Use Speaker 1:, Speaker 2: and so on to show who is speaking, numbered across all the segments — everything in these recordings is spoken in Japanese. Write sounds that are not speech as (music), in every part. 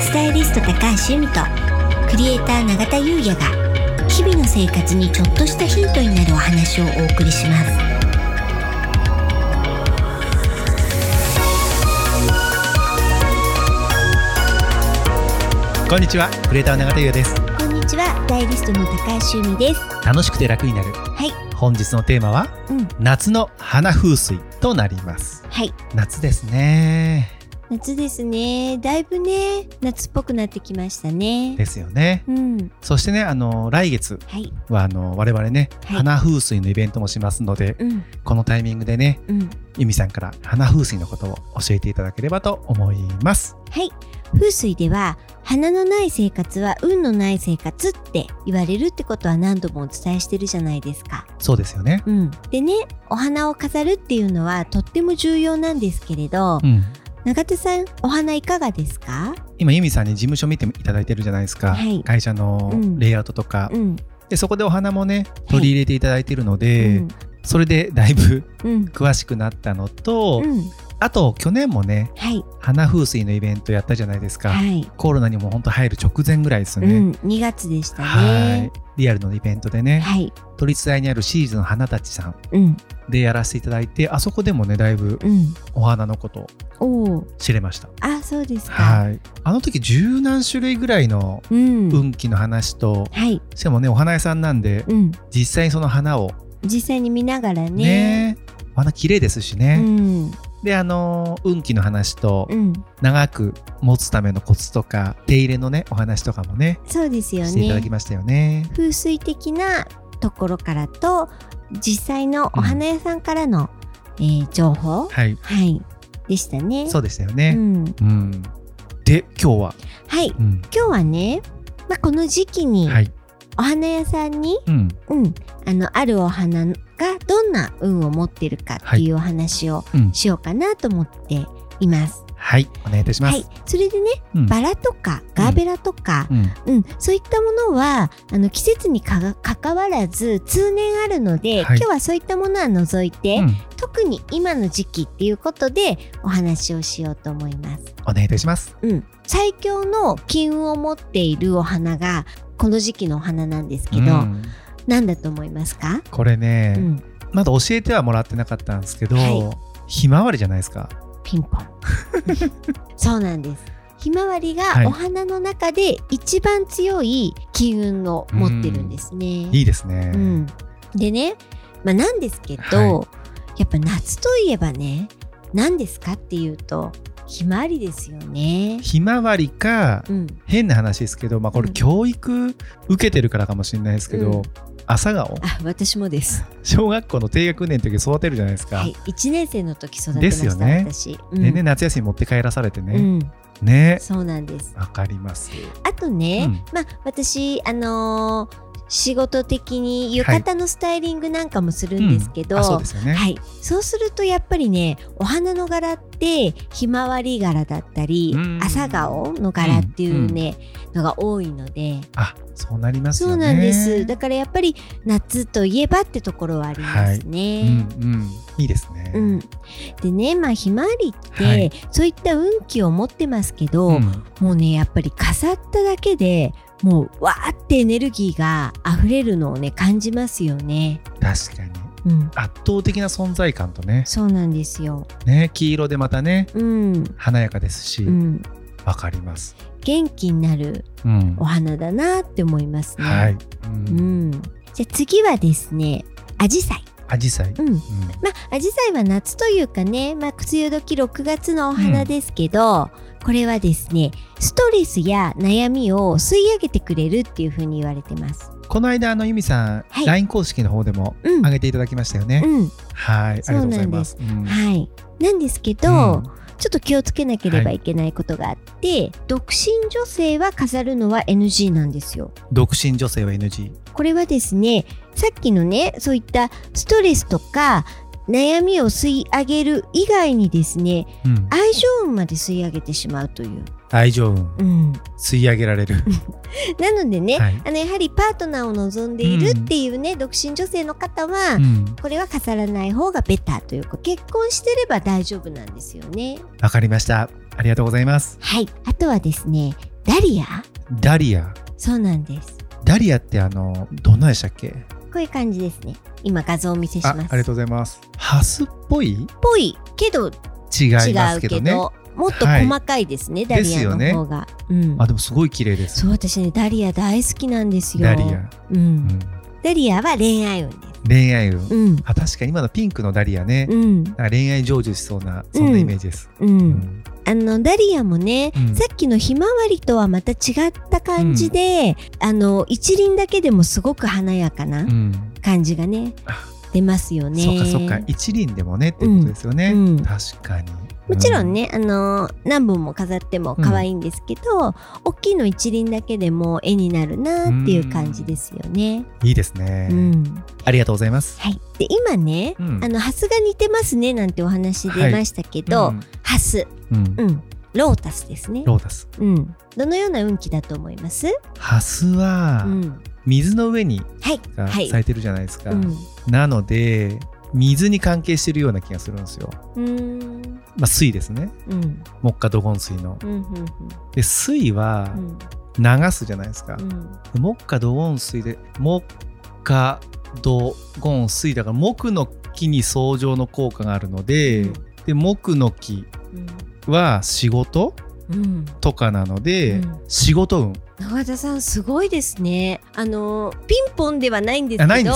Speaker 1: スタイリスト高橋由美とクリエイター永田優也が日々の生活にちょっとしたヒントになるお話をお送りします
Speaker 2: こんにちは、クレーター永田優也です。
Speaker 1: こんにちはスタイリストの高橋由美です
Speaker 2: 楽しくて楽になる。
Speaker 1: はい
Speaker 2: 本日のテーマは
Speaker 1: うん
Speaker 2: 夏の花風水となります。
Speaker 1: はい
Speaker 2: 夏ですね。
Speaker 1: 夏ですねだいぶね夏っぽくなってきましたね
Speaker 2: ですよね。
Speaker 1: うん
Speaker 2: そしてね、あの来月
Speaker 1: はい
Speaker 2: はあの我々ね、
Speaker 1: はい
Speaker 2: 花風水のイベントもしますので、
Speaker 1: うん
Speaker 2: このタイミングでね、
Speaker 1: うん
Speaker 2: 由美さんから花風水のことを教えていただければと思います。
Speaker 1: はい風水では花のない生活は運のない生活って言われるってことは何度もお伝えしてるじゃないですか
Speaker 2: そうですよね。
Speaker 1: うん、でねお花を飾るっていうのはとっても重要なんですけれど、
Speaker 2: うん。
Speaker 1: 永田さんお花いかがですか
Speaker 2: 今由美さんに事務所見ていただいてるじゃないですか。
Speaker 1: はい
Speaker 2: 会社の
Speaker 1: うん
Speaker 2: レイアウトとか、
Speaker 1: うん、
Speaker 2: でそこでお花もね取り入れていただいてるので、
Speaker 1: うん
Speaker 2: それでだいぶ
Speaker 1: うん
Speaker 2: 詳しくなったのと、
Speaker 1: うん
Speaker 2: あと去年もね
Speaker 1: はい
Speaker 2: 花風水のイベントやったじゃないですか、
Speaker 1: はい、
Speaker 2: コロナにも本当入る直前ぐらいです
Speaker 1: う
Speaker 2: よね、
Speaker 1: ん、2月でした
Speaker 2: は
Speaker 1: ね
Speaker 2: いリアルのイベントでね、
Speaker 1: はい、
Speaker 2: 都立大にあるシーズの花たちさん
Speaker 1: うん
Speaker 2: でやらせていただいてあそこでもねだいぶ
Speaker 1: うん
Speaker 2: お花のことを
Speaker 1: おお
Speaker 2: 知れました、
Speaker 1: あそうですか、
Speaker 2: はいあの時十何種類ぐらいの
Speaker 1: うん、
Speaker 2: 運気の話と、
Speaker 1: はい、
Speaker 2: しかもねお花屋さんなんで
Speaker 1: うん、
Speaker 2: 実際にその花を
Speaker 1: 実際に見ながらね
Speaker 2: ねお花綺麗ですし
Speaker 1: う
Speaker 2: ね、
Speaker 1: ん
Speaker 2: であの運気の話と
Speaker 1: うん
Speaker 2: 長く持つためのコツとか手入れのねお話とかもね
Speaker 1: そうですよ
Speaker 2: していただき
Speaker 1: ね
Speaker 2: ましたよね。
Speaker 1: 風水的なところからと実際のお花屋さんからの、えー情報、
Speaker 2: はい、
Speaker 1: はい。でしたね。
Speaker 2: そううでしたよ
Speaker 1: で
Speaker 2: ね。
Speaker 1: ん。
Speaker 2: うん、で今日は、
Speaker 1: はい。今
Speaker 2: うん、
Speaker 1: 日はね、まあ、この時期に
Speaker 2: はい、
Speaker 1: お花屋さんに、
Speaker 2: うん、
Speaker 1: うん、あの、あるお花がどんな運を持ってるかっていうお話を
Speaker 2: うん、
Speaker 1: しようかなと思っています。
Speaker 2: はい、お願いいたしま
Speaker 1: はい
Speaker 2: す。。
Speaker 1: それでね、
Speaker 2: うん
Speaker 1: バラとかガーベラとか、
Speaker 2: うん、
Speaker 1: うん、そういったものは、あの、季節にかか関わらず通年あるので、
Speaker 2: はい
Speaker 1: 今日はそういったものは除いて、
Speaker 2: うん
Speaker 1: 特に今の時期っていうことでお話をしようと思います。
Speaker 2: お願いいたします。
Speaker 1: うん、最強の金運を持っているお花がこの時期のお花なんですけど、
Speaker 2: うん
Speaker 1: 何だと思いますか、
Speaker 2: これね、
Speaker 1: うん、
Speaker 2: まだ教えてはもらってなかったんですけど、
Speaker 1: は
Speaker 2: ひまわりじゃないですか。
Speaker 1: ピンポ (laughs) ンそうなんですひまわり
Speaker 2: は
Speaker 1: が
Speaker 2: い
Speaker 1: お花の中で一番強い金運を持ってるんですね。
Speaker 2: いいですね。
Speaker 1: うん、でね、まあ、なんですけど、
Speaker 2: は
Speaker 1: やっぱ夏といえばね何ですかっていうとひまわりですよね。
Speaker 2: ひまわりか、
Speaker 1: うん、
Speaker 2: 変な話ですけど、まあこれ
Speaker 1: うん
Speaker 2: 教育受けてるからかもしれないですけど、
Speaker 1: うん
Speaker 2: 朝顔
Speaker 1: あ私もです。
Speaker 2: 小学校の低学年の時に育てるじゃないですか。
Speaker 1: はい、1年生の時育てました
Speaker 2: ですよね
Speaker 1: 私。うん
Speaker 2: でね、夏休み持って帰らされて
Speaker 1: う
Speaker 2: ね。
Speaker 1: ん、
Speaker 2: ね。
Speaker 1: そうなんです。
Speaker 2: わかります。
Speaker 1: あとね、
Speaker 2: うん
Speaker 1: まあ私あのー仕事的に浴衣のスタイリングなんかもするんですけど、
Speaker 2: あ、そうですよね。
Speaker 1: はい、そうするとやっぱりねお花の柄ってひまわり柄だったり
Speaker 2: うん
Speaker 1: 朝顔の柄っていうね、のが多いので
Speaker 2: あ、そうなりますよ
Speaker 1: そ
Speaker 2: ね。
Speaker 1: うなんですだからやっぱり夏といえばってところはありますね。
Speaker 2: うんうん。いいですね。
Speaker 1: うん、でねまあひまわりって、
Speaker 2: はい
Speaker 1: そういった運気を持ってますけど、
Speaker 2: うん
Speaker 1: もうねやっぱり飾っただけでもうわーってエネルギーが溢れるのをね感じますよね。
Speaker 2: 確かに。
Speaker 1: うん、
Speaker 2: 圧倒的な存在感とね。
Speaker 1: そうなんですよ。
Speaker 2: ね、黄色でまたね、
Speaker 1: うん、
Speaker 2: 華やかですし
Speaker 1: う、ん、
Speaker 2: わかります。
Speaker 1: 元気になる
Speaker 2: うん
Speaker 1: お。花だなって思いますね。
Speaker 2: はい。う。
Speaker 1: うんん、じゃあ次はですね、アジサイ。
Speaker 2: アジサイ。
Speaker 1: うん、まあアジサイは夏というかね、まあ梅雨時6月のお花ですけど、これはですね、ストレスや悩みを吸い上げてくれるっていうふうに言われてます。
Speaker 2: この間、あの、ゆみさん
Speaker 1: はい、
Speaker 2: LINE 公式の方でも
Speaker 1: うん
Speaker 2: 上、げていただきましたよね。
Speaker 1: うん、
Speaker 2: はい。ありがとうございます。うん
Speaker 1: はい。なんですけど、
Speaker 2: うん
Speaker 1: ちょっと気をつけなければいけないことがあって、独身女性は飾るのは NG なんですよ。
Speaker 2: 独身女性は NG。
Speaker 1: これはですね、さっきのね、そういったストレスとか悩みを吸い上げる以外にですね、
Speaker 2: うん
Speaker 1: 愛情運まで吸い上げてしまうという。
Speaker 2: 愛情運、
Speaker 1: うん、
Speaker 2: 吸い上げられる。
Speaker 1: なのでね、
Speaker 2: はい
Speaker 1: あのやはりパートナーを望んでいるっていうね、独身女性の方は、
Speaker 2: うん
Speaker 1: これは飾らない方がベターというか、結婚してれば大丈夫なんですよね。
Speaker 2: わかりました。ありがとうございます。
Speaker 1: はい。あとはですね、ダリア
Speaker 2: ダリア。
Speaker 1: そうなんです。
Speaker 2: ダリアってあの、どんなでしたっけ
Speaker 1: こういう感じですね。今画像をお見せし
Speaker 2: ああ
Speaker 1: ま
Speaker 2: り
Speaker 1: す。
Speaker 2: がとうございます。ハスっぽい
Speaker 1: ぽいけど違
Speaker 2: 違いう
Speaker 1: け
Speaker 2: ます
Speaker 1: ど
Speaker 2: けどね。
Speaker 1: もっと細かいですね、ダリアの方が、うん
Speaker 2: あ、でもすごい綺麗です。
Speaker 1: そう私ねダリア大好きなんですよ
Speaker 2: ダリア。
Speaker 1: うん
Speaker 2: うん、
Speaker 1: ダリアは恋愛運です
Speaker 2: 恋愛運、
Speaker 1: うん
Speaker 2: あ、確かに今のピンクのダリアね。
Speaker 1: うん
Speaker 2: なんか恋愛成就しそうな、そんなイメージです。
Speaker 1: う、
Speaker 2: うんん
Speaker 1: あのダリアもね、
Speaker 2: うん
Speaker 1: さっきのひまわりとはまた違った感じで、あの一輪だけでもすごく華やかな
Speaker 2: うん
Speaker 1: 感じがね、
Speaker 2: あ
Speaker 1: 出ますよね。
Speaker 2: そっかそっか一輪でもねっていうことですよね、
Speaker 1: うん
Speaker 2: 確かに
Speaker 1: もちろん、ね、あの何本も飾っても可愛いんですけど、大きいの一輪だけでも絵になるなっていう感じですよね。
Speaker 2: うんいいですね、
Speaker 1: うん
Speaker 2: ありがとうございます、
Speaker 1: はい、で今ね、
Speaker 2: うん
Speaker 1: あのハスが似てますねなんてお話出ましたけど、
Speaker 2: うん
Speaker 1: ハス、
Speaker 2: うん
Speaker 1: うん、ロータスですね。
Speaker 2: ロータス
Speaker 1: うん、どのような運気だと思います？
Speaker 2: ハスは
Speaker 1: うん、
Speaker 2: 水の上に
Speaker 1: はい
Speaker 2: が
Speaker 1: はい。
Speaker 2: 咲いてるじゃないですか、
Speaker 1: うん
Speaker 2: なので水に関係してるような気がするんですよ、
Speaker 1: うーん
Speaker 2: まあ、水ですね
Speaker 1: うん
Speaker 2: 木下土金水の
Speaker 1: うんうん
Speaker 2: で水は
Speaker 1: うんうん
Speaker 2: 流すじゃないですか
Speaker 1: う、ん
Speaker 2: 木下土金水で木下土金水だから木の木に相乗の効果があるので、で木の木は仕事
Speaker 1: うんうん
Speaker 2: とかなので、
Speaker 1: うん
Speaker 2: 仕事運
Speaker 1: 永田さんすごいですね。あのピンポンではないんです
Speaker 2: あ
Speaker 1: けど、
Speaker 2: ないんで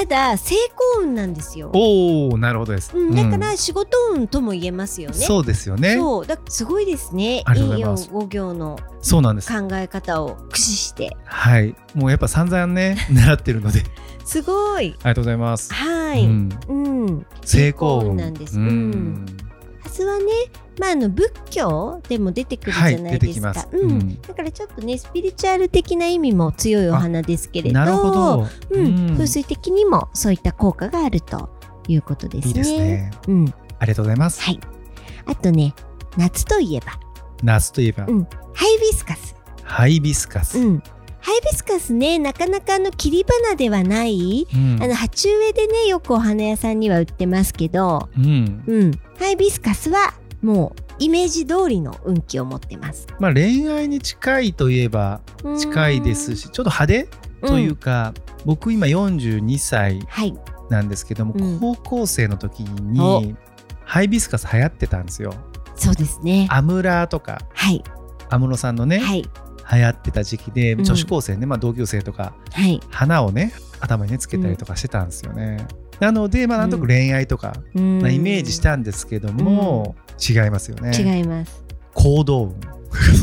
Speaker 2: す
Speaker 1: ただ成功運なんですよ。
Speaker 2: おおなるほどです、
Speaker 1: うん、だか
Speaker 2: うん
Speaker 1: ら仕事運とも言えますよね。う
Speaker 2: そうですよねそう
Speaker 1: そうだすごいですね
Speaker 2: あ。りが
Speaker 1: 引
Speaker 2: とうございま
Speaker 1: 用
Speaker 2: す
Speaker 1: 五行の
Speaker 2: なんです
Speaker 1: 考え方を駆使して
Speaker 2: はいもうやっぱ散々
Speaker 1: (laughs)
Speaker 2: ね習ってるので
Speaker 1: すごい。
Speaker 2: ありがとうございます、
Speaker 1: はい。
Speaker 2: うん、
Speaker 1: うん。
Speaker 2: 成功運
Speaker 1: なんです
Speaker 2: う
Speaker 1: うん
Speaker 2: ん
Speaker 1: ハスはね、まああの仏教でも出てくるじ
Speaker 2: は
Speaker 1: ゃ
Speaker 2: い
Speaker 1: な
Speaker 2: 出
Speaker 1: い
Speaker 2: て
Speaker 1: で
Speaker 2: き
Speaker 1: すか。
Speaker 2: ます、
Speaker 1: うん。
Speaker 2: うん
Speaker 1: だからちょっとねスピリチュアル的な意味も強いお花ですけれど
Speaker 2: なるほど、
Speaker 1: うん、
Speaker 2: うん
Speaker 1: 風水的にもそういった効果があるということですね。
Speaker 2: いいですね
Speaker 1: うん、
Speaker 2: ありがとうございます、
Speaker 1: はい。あとね、夏といえば
Speaker 2: 夏といえば、
Speaker 1: うんハイビスカス。
Speaker 2: ハイビスカス、
Speaker 1: う
Speaker 2: うん
Speaker 1: ん。ハイビスカスね、なかなかあの切り花ではない、あの鉢植えでね、よくお花屋さんには売ってますけど、
Speaker 2: うん
Speaker 1: うん。ハイビスカスはもうイメージ通りの運気を持ってます。
Speaker 2: まあ、恋愛に近いといえば
Speaker 1: うん
Speaker 2: 近いですしちょっと派手というんか、僕今42歳
Speaker 1: はい。
Speaker 2: なんですけども、
Speaker 1: うん
Speaker 2: 高校生の時
Speaker 1: お
Speaker 2: にハイビスカス流行ってたんですよ。
Speaker 1: そうですね。
Speaker 2: アムラーとか
Speaker 1: はい。
Speaker 2: 安室さんのね、
Speaker 1: はい。
Speaker 2: 流行ってた時期で
Speaker 1: うん
Speaker 2: 女子高生ね、まあ、同級生とか
Speaker 1: はい。
Speaker 2: 花をね頭にねつけたりとかしてたんですよね。なので、まあ、なんとなく恋愛とか、
Speaker 1: うん
Speaker 2: まあイメージし。たんですけども、違いますよね。
Speaker 1: 違います。
Speaker 2: 行動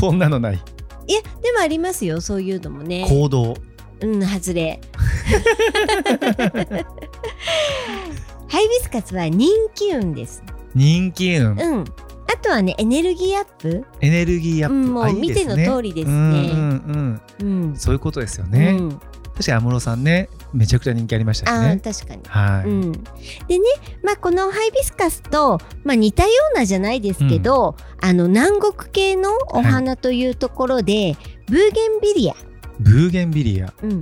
Speaker 2: 運 (laughs) そんなのない
Speaker 1: いや、でもありますよ、そういうのもね。
Speaker 2: 行動
Speaker 1: うん、外れ。ハイビスカスは人気運です。
Speaker 2: 人気運、
Speaker 1: うん。あとはね、エネルギーアップ。
Speaker 2: エネルギーアップ、
Speaker 1: うん、も
Speaker 2: あ
Speaker 1: う
Speaker 2: いい
Speaker 1: 見
Speaker 2: です
Speaker 1: て
Speaker 2: ね
Speaker 1: の通りです
Speaker 2: うん
Speaker 1: ね。
Speaker 2: うん
Speaker 1: うん
Speaker 2: うん、。そういうことですよね、
Speaker 1: うん
Speaker 2: 確かに安室さんねめちゃくちゃ人気ありましたし
Speaker 1: ああ、
Speaker 2: ね
Speaker 1: 確かに。
Speaker 2: はい、
Speaker 1: うん、でね、まあ、このハイビスカスと、まあ、似たようなじゃないですけど、あの南国系のお花というところで、ブーゲンビリア、
Speaker 2: ブーゲンビリア
Speaker 1: うん、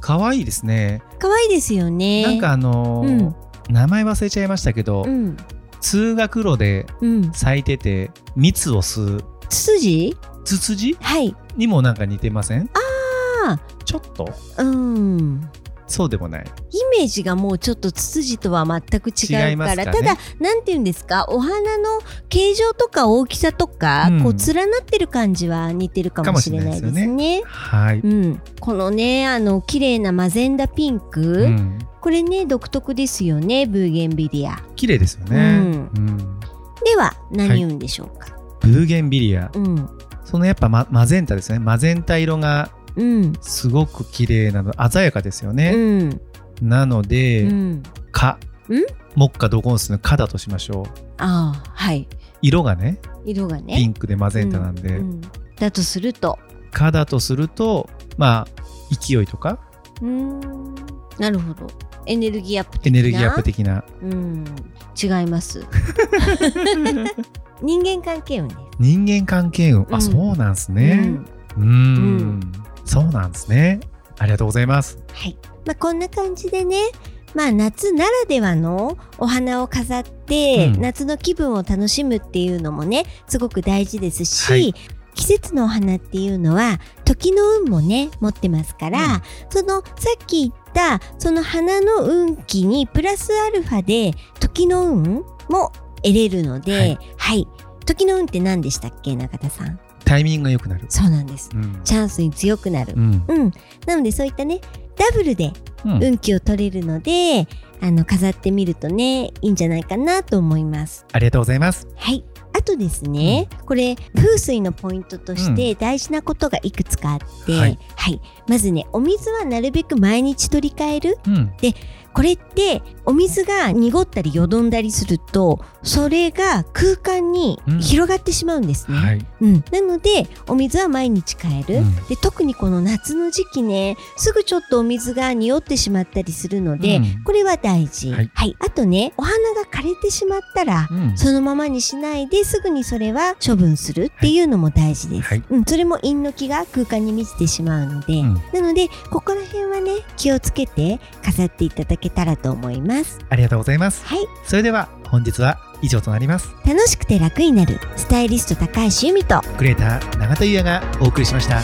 Speaker 2: 可愛いですね、
Speaker 1: 可愛いですよね。
Speaker 2: なんかあのー名前忘れちゃいましたけど、
Speaker 1: うん
Speaker 2: 通学路で
Speaker 1: うん、
Speaker 2: 咲いてて蜜を吸う
Speaker 1: ツツジ
Speaker 2: ツツジ
Speaker 1: はい、
Speaker 2: にもなんか似てません
Speaker 1: あ
Speaker 2: ちょっと
Speaker 1: うん、
Speaker 2: そうでもない
Speaker 1: イメージがもうちょっとツツジとは全く違
Speaker 2: 違いうま
Speaker 1: か
Speaker 2: す
Speaker 1: ら
Speaker 2: かね
Speaker 1: ただなんて言うんですかお花の形状とか大きさとか、
Speaker 2: うん
Speaker 1: こう連なってる感じは似てるかもしれないです
Speaker 2: かもしれない
Speaker 1: ね。
Speaker 2: はい、
Speaker 1: うん、このねあの綺麗なマゼンダピンク、
Speaker 2: うん、
Speaker 1: これね独特ですよねブーゲンビリア。
Speaker 2: 綺麗ですよね、うん
Speaker 1: では何言うんでしょうか、
Speaker 2: ブーゲンビリア
Speaker 1: うん
Speaker 2: そのやっぱママゼンタですねマゼンタ色が
Speaker 1: うん
Speaker 2: すごく綺麗なの鮮やかですよ
Speaker 1: う
Speaker 2: ね、
Speaker 1: ん
Speaker 2: なので、
Speaker 1: うん
Speaker 2: か
Speaker 1: ん
Speaker 2: 木下ドゴンスの「か」だとしましょう
Speaker 1: ああはい
Speaker 2: 色がね
Speaker 1: 色がね
Speaker 2: ピンクでマゼンタなんで
Speaker 1: う
Speaker 2: 「
Speaker 1: んだとすると
Speaker 2: か」だとするとまあ勢いとか
Speaker 1: うーんなるほどエネルギーアップ
Speaker 2: エ
Speaker 1: 的な
Speaker 2: ネルギーアップ的な
Speaker 1: うん違います (laughs) 人間関係運です
Speaker 2: 人間関係運、
Speaker 1: うん
Speaker 2: あそうなんすねうーん
Speaker 1: うん
Speaker 2: そうなんですねありがとうございます
Speaker 1: はい。まあ、こんな感じでね、まあ、夏ならではのお花を飾って、
Speaker 2: うん
Speaker 1: 夏の気分を楽しむっていうのもね、すごく大事ですし、
Speaker 2: はい
Speaker 1: 季節のお花っていうのは時の運もね持ってますから、
Speaker 2: うん
Speaker 1: そのさっき言ったその花の運気にプラスアルファで時の運も得れるので、は
Speaker 2: はいい、
Speaker 1: 時の運って何でしたっけ中田さん。
Speaker 2: タイミングが良くなる。
Speaker 1: そうなんです。
Speaker 2: うん
Speaker 1: チャンスに強くなる
Speaker 2: う。ん
Speaker 1: うん、なのでそういったねダブルで
Speaker 2: うん
Speaker 1: 運気を取れるので、あの飾ってみるとねいいんじゃないかなと思います。
Speaker 2: ありがとうございます。
Speaker 1: はい。あとですね、これ風水のポイントとして大事なことがいくつかあって、は
Speaker 2: はいい、
Speaker 1: まずねお水はなるべく毎日取り替える
Speaker 2: うん、
Speaker 1: これってお水が濁ったりよどんだりするとそれが空間に
Speaker 2: うん
Speaker 1: 広がってしまうんですね、
Speaker 2: はい。
Speaker 1: うん、なのでお水は毎日変える、
Speaker 2: うん
Speaker 1: で特にこの夏の時期ねすぐちょっとお水が匂ってしまったりするので、
Speaker 2: うん
Speaker 1: これは大事、
Speaker 2: はい
Speaker 1: はい、あとねお花が枯れてしまったら
Speaker 2: うん
Speaker 1: そのままにしないですぐにそれは処分するっていうのも大事です。
Speaker 2: はい
Speaker 1: うん、それも陰の気が空間に満ちてしまうので、
Speaker 2: うん
Speaker 1: なのでここら辺はね気をつけて飾っていただけたらと思います。
Speaker 2: ありがとうございます。
Speaker 1: はい、
Speaker 2: それでは本日は以上となります。
Speaker 1: 楽しくて楽になるスタイリスト高橋由美と
Speaker 2: クレーター永田裕也がお送りしました。